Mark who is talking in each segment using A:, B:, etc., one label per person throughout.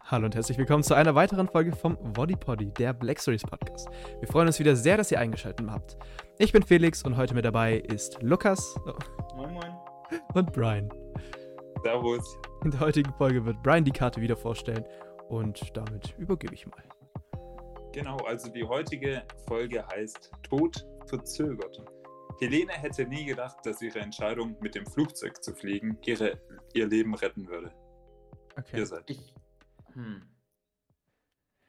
A: Hallo und herzlich willkommen zu einer weiteren Folge vom Bodypoddy, der Black Stories Podcast. Wir freuen uns wieder sehr, dass ihr eingeschaltet habt. Ich bin Felix und heute mit dabei ist Lukas
B: Moin, moin.
A: und Brian.
B: Servus.
A: In der heutigen Folge wird Brian die Karte wieder vorstellen und damit übergebe ich mal.
B: Genau, also die heutige Folge heißt Tod verzögert. Helene hätte nie gedacht, dass ihre Entscheidung, mit dem Flugzeug zu fliegen, ihre, ihr Leben retten würde.
A: Okay.
B: Ihr seid.
C: Ich. Hm.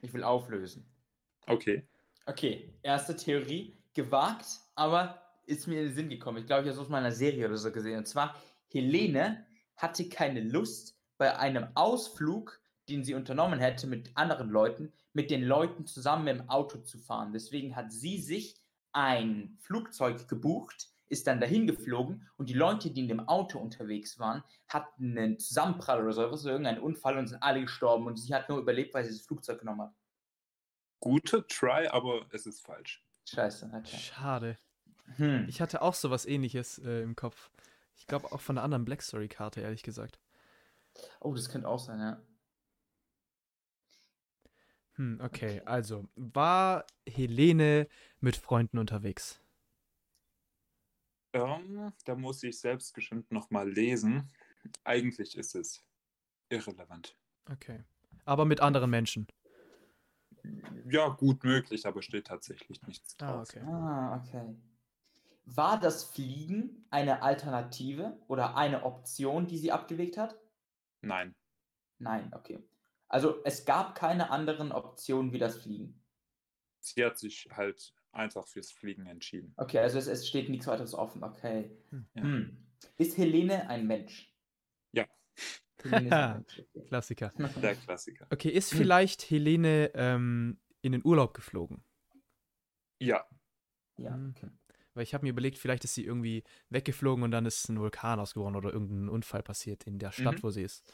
C: Ich will auflösen.
B: Okay.
C: Okay, erste Theorie. Gewagt, aber ist mir in den Sinn gekommen. Ich glaube, ich habe es aus meiner Serie oder so gesehen. Und zwar, Helene hatte keine Lust, bei einem Ausflug, den sie unternommen hätte mit anderen Leuten, mit den Leuten zusammen im Auto zu fahren. Deswegen hat sie sich ein Flugzeug gebucht, ist dann dahin geflogen und die Leute, die in dem Auto unterwegs waren, hatten einen Zusammenprall oder so, etwas, oder irgendeinen Unfall und sind alle gestorben und sie hat nur überlebt, weil sie das Flugzeug genommen hat.
B: Guter Try, aber es ist falsch.
C: Scheiße, okay.
A: Schade.
C: Hm.
A: Ich hatte auch sowas ähnliches äh, im Kopf. Ich glaube auch von einer anderen Black Story Karte, ehrlich gesagt.
C: Oh, das könnte auch sein, ja.
A: Hm, okay, also war Helene mit Freunden unterwegs?
B: Ähm, da muss ich selbst bestimmt nochmal lesen. Eigentlich ist es irrelevant.
A: Okay. Aber mit anderen Menschen.
B: Ja, gut möglich, aber steht tatsächlich nichts drauf.
C: Ah, okay. War das Fliegen eine Alternative oder eine Option, die sie abgewegt hat?
B: Nein.
C: Nein, okay. Also es gab keine anderen Optionen wie das Fliegen.
B: Sie hat sich halt einfach fürs Fliegen entschieden.
C: Okay, also es, es steht nichts weiteres offen. Okay.
A: Hm.
B: Ja.
C: Hm. Ist Helene ein Mensch?
B: Ja.
C: Helene ist ein Mensch.
A: Klassiker.
B: Der
C: Okay.
B: Klassiker.
A: Okay, ist
C: Hm.
A: vielleicht Helene ähm, in den Urlaub geflogen?
B: Ja,
C: ja,
A: Hm.
C: okay.
A: Weil ich habe mir überlegt, vielleicht ist sie irgendwie weggeflogen und dann ist ein Vulkan ausgebrochen oder irgendein Unfall passiert in der Stadt,
B: Mhm.
A: wo sie ist.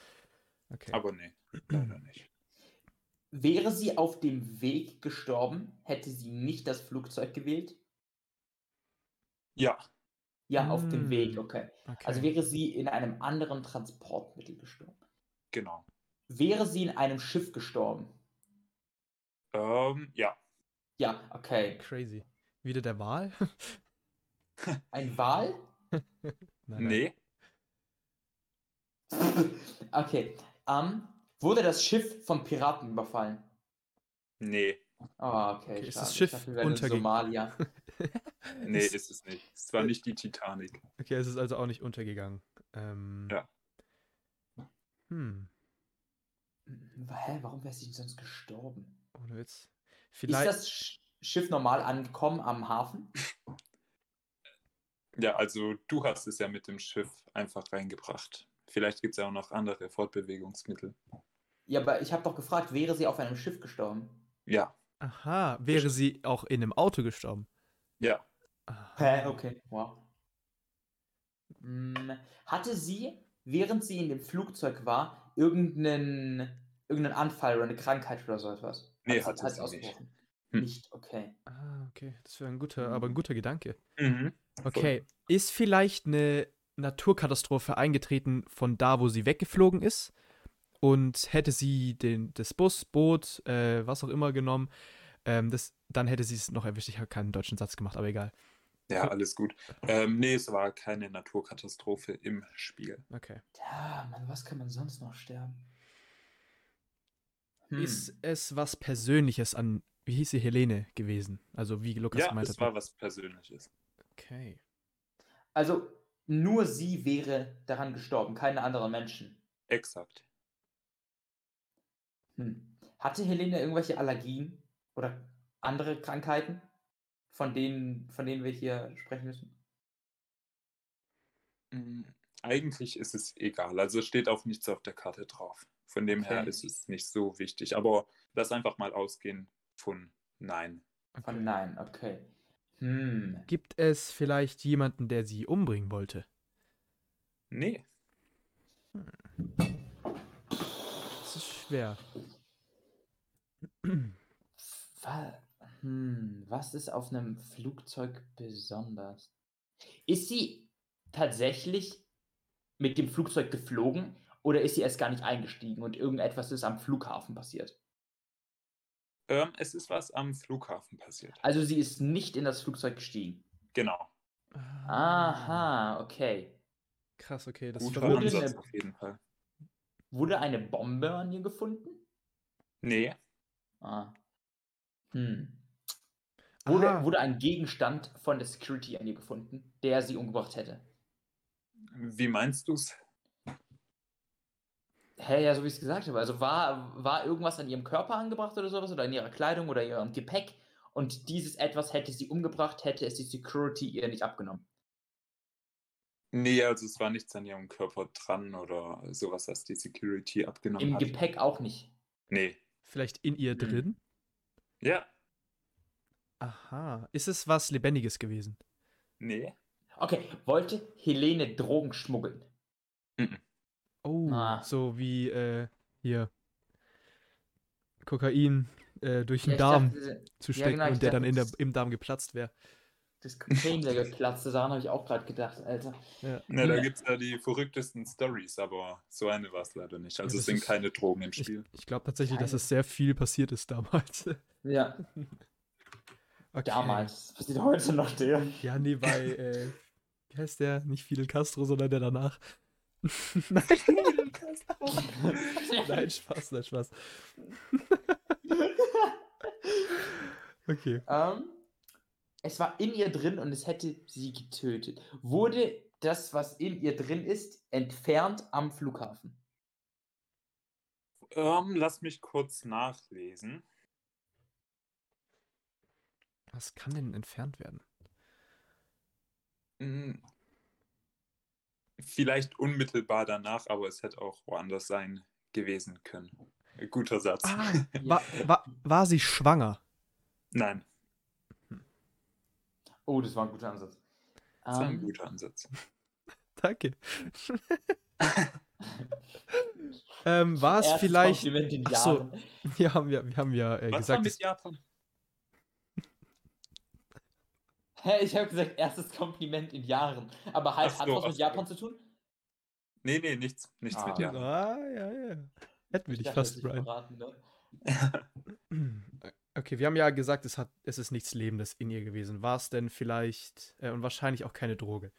A: Okay.
B: aber nee, leider nicht.
C: Wäre sie auf dem Weg gestorben, hätte sie nicht das Flugzeug gewählt?
B: Ja,
C: Ja, auf dem Weg,
A: Hm.
C: okay.
A: okay.
C: Also wäre sie in einem anderen Transportmittel gestorben.
B: genau.
C: Wäre sie in einem Schiff gestorben?
B: Ähm, ja,
C: Ja, okay.
A: Crazy. Wieder der Wahl?
C: Ein Wal?
A: Nein, nein.
B: nee,
C: okay. Ähm, wurde das Schiff von Piraten überfallen?
B: nee,
C: Ah, okay.
A: Okay, ist
C: schade.
A: das
C: Ich
A: Schiff
C: dachte, wir wären in
A: untergegangen?
C: Somalia.
B: nee,
A: Ist-
B: ist es nicht. Es war nicht die Titanic.
A: Okay, es ist also auch nicht untergegangen. Ähm,
B: Ja.
A: Hm,
C: Hä, warum wäre sie denn sonst gestorben?
A: ohne Witz. Vielleicht.
C: Ist das Sch- Schiff normal angekommen am Hafen?
B: Ja, also du hast es ja mit dem Schiff einfach reingebracht. Vielleicht gibt es ja auch noch andere Fortbewegungsmittel.
C: Ja, aber ich habe doch gefragt, wäre sie auf einem Schiff gestorben?
B: Ja,
A: Aha, wäre sie auch in einem Auto gestorben?
B: ja,
A: Aha.
C: Hä, okay. Äh, Wow. Hm, Hatte sie, während sie in dem Flugzeug war, irgendeinen, irgendeinen Anfall oder eine Krankheit oder so etwas?
B: Nee,
C: Hat
B: hatte
C: sie- hat
B: sie nicht.
C: ausgebrochen?
B: Hm.
C: Nicht, okay.
A: Ah, okay. Das wäre ein guter, aber ein guter Gedanke.
B: mhm.
A: Okay, ist vielleicht eine Naturkatastrophe eingetreten von da, wo sie weggeflogen ist? Und hätte sie den, das Bus, Boot, äh, was auch immer genommen, ähm, das, dann hätte sie es noch erwischt. Ich habe keinen deutschen Satz gemacht, aber egal.
B: ja, alles gut. Ähm, nee, es war keine Naturkatastrophe im Spiel.
A: Okay.
C: Ja, Mann, was kann man sonst noch sterben?
A: Ist
C: Hm.
A: es was Persönliches an, wie hieß sie, Helene gewesen? Also wie Lukas
B: Ja,
A: gemeint
B: es
A: hat.
B: war was Persönliches.
A: Okay.
C: Also, nur sie wäre daran gestorben, keine anderen Menschen.
B: Exakt.
C: Hm. Hatte Helene irgendwelche Allergien oder andere Krankheiten, von denen, von denen wir hier sprechen müssen?
B: Mhm. Eigentlich ist es egal. Also es steht auch nichts auf der Karte drauf. Von dem her
C: Okay.
B: ist es nicht so wichtig. Aber lass einfach mal ausgehen von Nein.
C: Von
A: okay.
C: nein, okay. Hm.
A: Gibt es vielleicht jemanden, der sie umbringen wollte?
B: Nee.
A: Das ist schwer.
C: Wa- Hm, was ist auf einem Flugzeug besonders? Ist sie tatsächlich mit dem Flugzeug geflogen Oder ist sie erst gar nicht eingestiegen und irgendetwas ist am Flughafen passiert?
B: Ähm, es ist was am Flughafen passiert.
C: Also sie ist nicht in das Flugzeug gestiegen.
B: Genau.
C: Aha, okay.
A: Krass, okay. Das
B: Guter
A: verwirrt
C: verwirrt
B: Ansatz
C: mich.
B: auf jeden Fall.
C: Wurde eine Bombe an ihr gefunden?
B: Nee,
C: Ah. Hm. Wurde,
A: Ah.
C: wurde ein Gegenstand von der Security an ihr gefunden, der sie umgebracht hätte?
B: wie meinst du's?
C: Hä, ja, so wie ich es gesagt habe. Also war, war irgendwas an ihrem Körper angebracht oder sowas oder in ihrer Kleidung oder ihrem Gepäck und dieses etwas hätte sie umgebracht, hätte es die Security ihr nicht abgenommen.
B: Nee, also es war nichts an ihrem Körper dran oder sowas, was die Security abgenommen
C: Im
B: hat.
C: Gepäck auch nicht.
B: Nee.
A: Vielleicht in ihr
C: Mhm.
A: drin?
B: Ja,
A: Aha. Ist es was Lebendiges gewesen?
B: nee.
C: Okay, wollte Helene Drogen schmuggeln?
A: Oh,
C: Ah.
A: so wie äh, hier Kokain äh, durch den
C: Ja, ich
A: Darm
C: dachte, diese-
A: zu
C: ja,
A: stecken
C: genau, ich
A: und der dann
C: dachte,
A: in der,
C: das-
A: im Darm geplatzt wäre.
C: Das Kokain, der geplatzte Sachen habe ich auch gerade gedacht, Alter.
B: Na, da
C: Ja.
B: gibt's ja die verrücktesten Stories, aber so eine war's leider nicht. Also
A: das
B: es sind
A: ist-
B: keine Drogen im
A: Ich,
B: Spiel.
A: ich glaube tatsächlich, dass
C: Keine.
A: es sehr viel passiert ist damals.
C: Ja,
A: Okay.
C: damals. Was passiert heute noch, der?
A: Ja, nee, bei, äh, wie heißt der? Nicht Fidel Castro, sondern der danach. nein, nein, Spaß, nein, Spaß. okay.
C: Ähm, es war in ihr drin und es hätte sie getötet. Wurde das, was in ihr drin ist, entfernt am Flughafen?
B: Ähm, lass mich kurz nachlesen.
A: Was kann denn entfernt werden?
B: Mm. Vielleicht unmittelbar danach, aber es hätte auch woanders sein gewesen können. Guter Satz.
A: Ah, war, war, war sie schwanger?
B: Nein,
C: Oh, das war ein guter Ansatz.
B: das war ein
A: Ah.
C: Ähm,
B: guter Ansatz.
A: Danke. ähm, war es
C: erstes
A: vielleicht.
C: Kompliment in
A: Ach so.
C: Jahren.
A: Wir haben ja, wir haben ja äh,
B: Was war
A: gesagt,
B: mit
A: dass,
B: Japan?
C: Hä, ich habe gesagt, erstes Kompliment in Jahren. Aber halt,
B: Ach
C: hat
B: so,
C: was
B: ach
C: mit
B: so.
C: Japan zu tun?
B: Nee, nee, nichts, nichts
C: Ah.
B: mit
A: Ja,
B: Japan.
A: ja, ja. Hätten wir dich
C: dachte,
A: fast,
C: das ist
A: Brian. Äh,
C: verraten, ne?
A: Okay, wir haben ja gesagt, es, hat, es ist nichts Lebendes in ihr gewesen. War es denn vielleicht, äh, und wahrscheinlich auch keine Droge,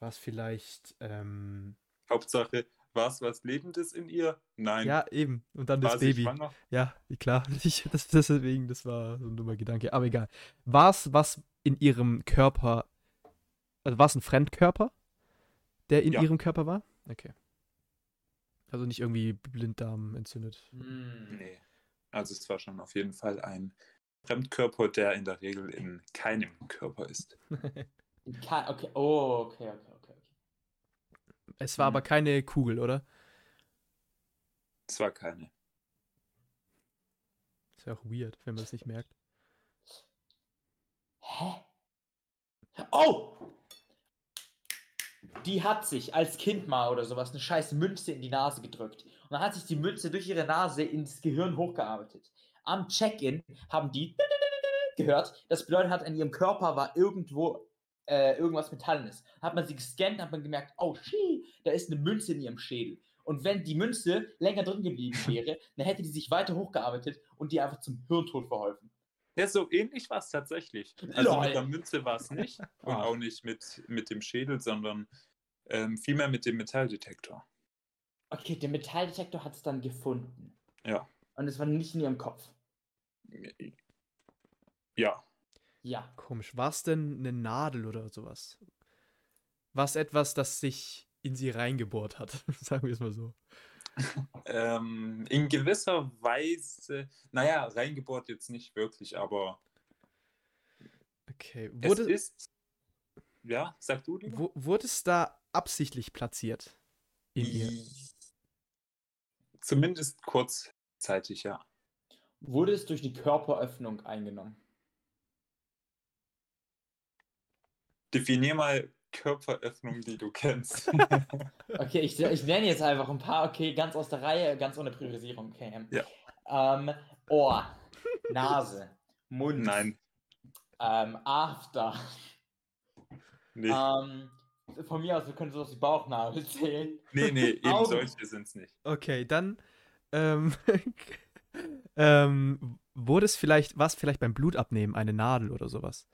A: war es vielleicht, ähm,
B: Hauptsache, war es was Lebendes in ihr? Nein.
A: ja, eben, und dann
B: war
A: das
B: sie
A: Baby.
B: schwanger?
A: Ja, klar, ich, das, deswegen, das war so ein dummer Gedanke, aber egal. War es was in ihrem Körper, also war es ein Fremdkörper, der in
B: Ja.
A: ihrem Körper war? Okay. Also nicht irgendwie Blinddarm entzündet.
C: Hm.
B: Nee. Also es war schon auf jeden Fall ein Fremdkörper, der in der Regel in keinem Körper ist.
C: Ka- Okay, oh, okay, okay, okay. okay.
A: Es war
B: Hm.
A: aber keine Kugel, oder?
B: Es war keine.
A: Ist ja auch weird, wenn man es nicht merkt.
C: Hä? Oh! Die hat sich als Kind mal oder sowas eine scheiß Münze in die Nase gedrückt. Und dann hat sich die Münze durch ihre Nase ins Gehirn hochgearbeitet. Am Check-in haben die gehört, das bedeutet hat, an ihrem Körper war irgendwo äh, irgendwas Metallenes. Hat man sie gescannt, hat man gemerkt, oh, schie, da ist eine Münze in ihrem Schädel. Und wenn die Münze länger drin geblieben wäre, dann hätte die sich weiter hochgearbeitet und die einfach zum Hirntod verholfen.
B: Ja, so ähnlich war es tatsächlich. Also
C: Lol.
B: mit der Münze war es nicht und
A: Ah.
B: auch nicht mit, mit dem Schädel, sondern ähm, vielmehr mit dem Metalldetektor.
C: Okay, der Metalldetektor hat es dann gefunden.
B: Ja.
C: Und es war nicht in ihrem Kopf.
B: Ja,
C: Ja.
A: Komisch. War es denn eine Nadel oder sowas? War es etwas, das sich in sie reingebohrt hat? Sagen wir es mal so.
B: ähm, in gewisser Weise, naja, reingebohrt jetzt nicht wirklich, aber
A: Okay. Wurde,
B: es ist. Ja, sag du lieber.
A: wo, wurde es da absichtlich platziert? In ihr?
B: Zumindest kurzzeitig, ja.
C: Wurde es durch die Körperöffnung eingenommen?
B: Definier mal Körperöffnung, die du kennst.
C: Okay, ich, ich nenne jetzt einfach ein paar, okay, ganz aus der Reihe, ganz ohne Priorisierung, okay. ähm, Ähm, Ohr, Nase, Mund,
B: Nein,
C: ähm, After,
B: nicht.
A: Ah.
C: ähm, Von mir aus, wir können sowas wie Bauchnabel zählen.
B: Nee, nee, eben
C: Augen.
B: solche sind es nicht.
A: Okay, dann ähm, ähm, wurde es vielleicht, was vielleicht beim Blutabnehmen eine Nadel oder sowas?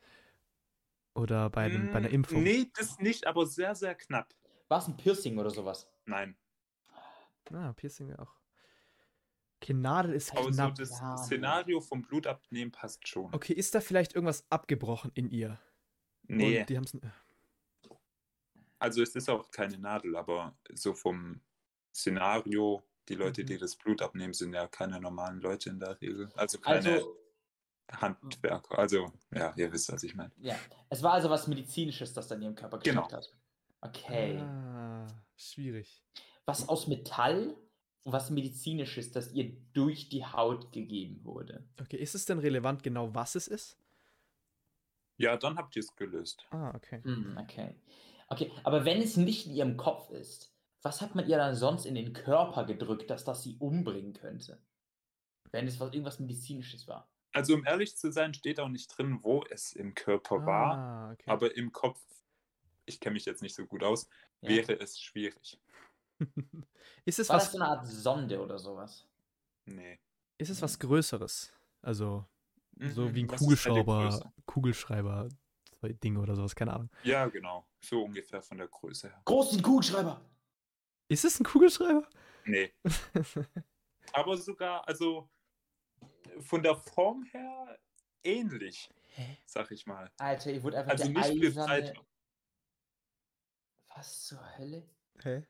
A: Oder bei, einem, bei einer
B: Mm,
A: Impfung?
B: Nee, das nicht, aber sehr, sehr knapp.
C: War es ein Piercing oder sowas?
B: Nein.
A: Ah, Piercing wäre auch. Okay, Nadel ist
B: Aber so
A: knapp.
B: das
C: ja, nee.
B: Szenario vom Blutabnehmen passt schon.
A: Okay, ist da vielleicht irgendwas abgebrochen in ihr?
B: Nee,
A: Und die haben's.
B: also es ist auch keine Nadel, aber so vom Szenario, die Leute,
A: Mhm.
B: die das Blut abnehmen, sind ja keine normalen Leute in der Regel. Also keine
C: Also,
B: Handwerker. Also, ja, ihr wisst, was ich meine.
C: ja. Es war also was Medizinisches, das an ihrem Körper
B: Genau.
C: geschafft hat. Okay.
A: Ah, schwierig.
C: Was aus Metall und was Medizinisches, das ihr durch die Haut gegeben wurde.
A: Okay, ist es denn relevant genau, was es ist?
B: Ja, dann habt ihr es gelöst.
A: Ah, okay.
C: Hm, okay. Okay, aber wenn es nicht in ihrem Kopf ist, was hat man ihr dann sonst in den Körper gedrückt, dass das sie umbringen könnte? Wenn es was, irgendwas Medizinisches war.
B: Also, um ehrlich zu sein, steht auch nicht drin, wo es im Körper war,
A: Ah, okay.
B: aber im Kopf, ich kenne mich jetzt nicht so gut aus,
C: Ja.
B: wäre es schwierig.
A: ist es
C: war
A: was
C: das so eine Art Sonde oder sowas?
B: Nee.
A: Ist es was Größeres? Also, so
B: Mhm,
A: wie ein
B: das ist halt die Größe.
A: Kugelschrauber, Kugelschreiber, zwei Dinge oder sowas, keine Ahnung.
B: Ja, genau. So ungefähr von der Größe her.
C: Großen Kugelschreiber!
A: Ist es ein Kugelschreiber?
B: Nee. Aber sogar, also von der Form her ähnlich,
A: Hä?
B: sag ich mal.
C: Alter, ihr wurde einfach
B: Also
C: der
B: nicht für
C: eiserne...
B: Zeitung.
C: Was zur Hölle?
A: Hä?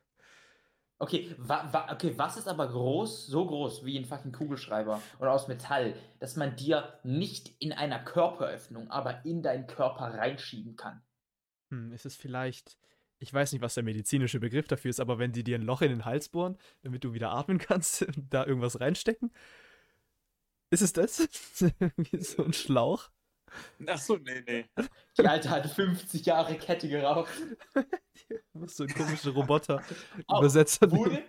C: Okay, wa, wa, okay, was ist aber groß, so groß wie ein fucking Kugelschreiber oder aus Metall, dass man dir nicht in einer Körperöffnung, aber in deinen Körper reinschieben kann?
A: Hm, ist es vielleicht, ich weiß nicht, was der medizinische Begriff dafür ist, aber wenn die dir ein Loch in den Hals bohren, damit du wieder atmen kannst und da irgendwas reinstecken? Ist es das? Irgendwie so ein Schlauch?
B: Ach so, nee, nee.
C: Die Alte hat 50 Jahre Kette geraucht.
A: Was so ein komischer Roboter
C: Oh,
A: übersetzt hat.
C: Wurde,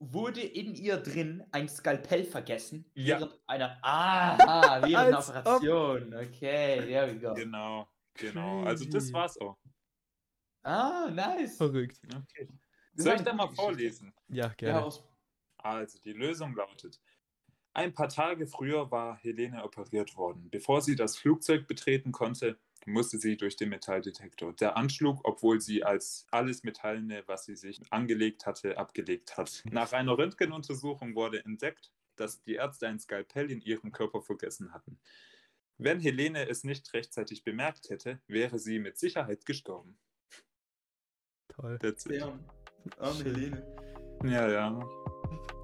C: wurde in ihr drin ein Skalpell vergessen?
B: Ja.
C: Während einer. Ah, während einer
A: Als ob.
C: Operation. Okay, there we go.
B: Genau, genau. Also das
A: Crazy.
B: war's auch.
C: Ah, nice.
A: Verrückt.
B: Okay.
C: Das
B: Soll
C: war
B: ich
C: eine
B: da mal
C: gute Geschichte.
B: vorlesen?
A: Ja,
C: Ja,
A: gerne.
C: aus-
B: Also die Lösung lautet. Ein paar Tage früher war Helene operiert worden. Bevor sie das Flugzeug betreten konnte, musste sie durch den Metalldetektor, der anschlug, obwohl sie als alles Metallene, was sie sich angelegt hatte, abgelegt hat. Nach einer Röntgenuntersuchung wurde entdeckt, dass die Ärzte ein Skalpell in ihrem Körper vergessen hatten. Wenn Helene es nicht rechtzeitig bemerkt hätte, wäre sie mit Sicherheit gestorben.
A: Toll.
B: That's it.
C: der arme Helene.
B: Ja, ja.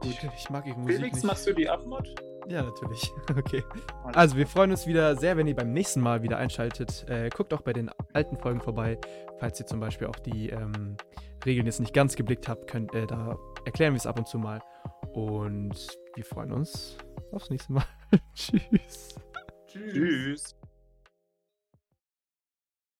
A: Gut, ich mag ihre Musik
B: Felix,
A: nicht.
B: machst du die Abmod?
A: Ja, natürlich. Okay. Also, wir freuen uns wieder sehr, wenn ihr beim nächsten Mal wieder einschaltet. Äh, guckt auch bei den alten Folgen vorbei, falls ihr zum Beispiel auch die ähm, Regeln jetzt nicht ganz geblickt habt. Könnt, äh, da erklären wir es ab und zu mal. Und wir freuen uns aufs nächste Mal. Tschüss.
C: Tschüss.
B: Tschüss.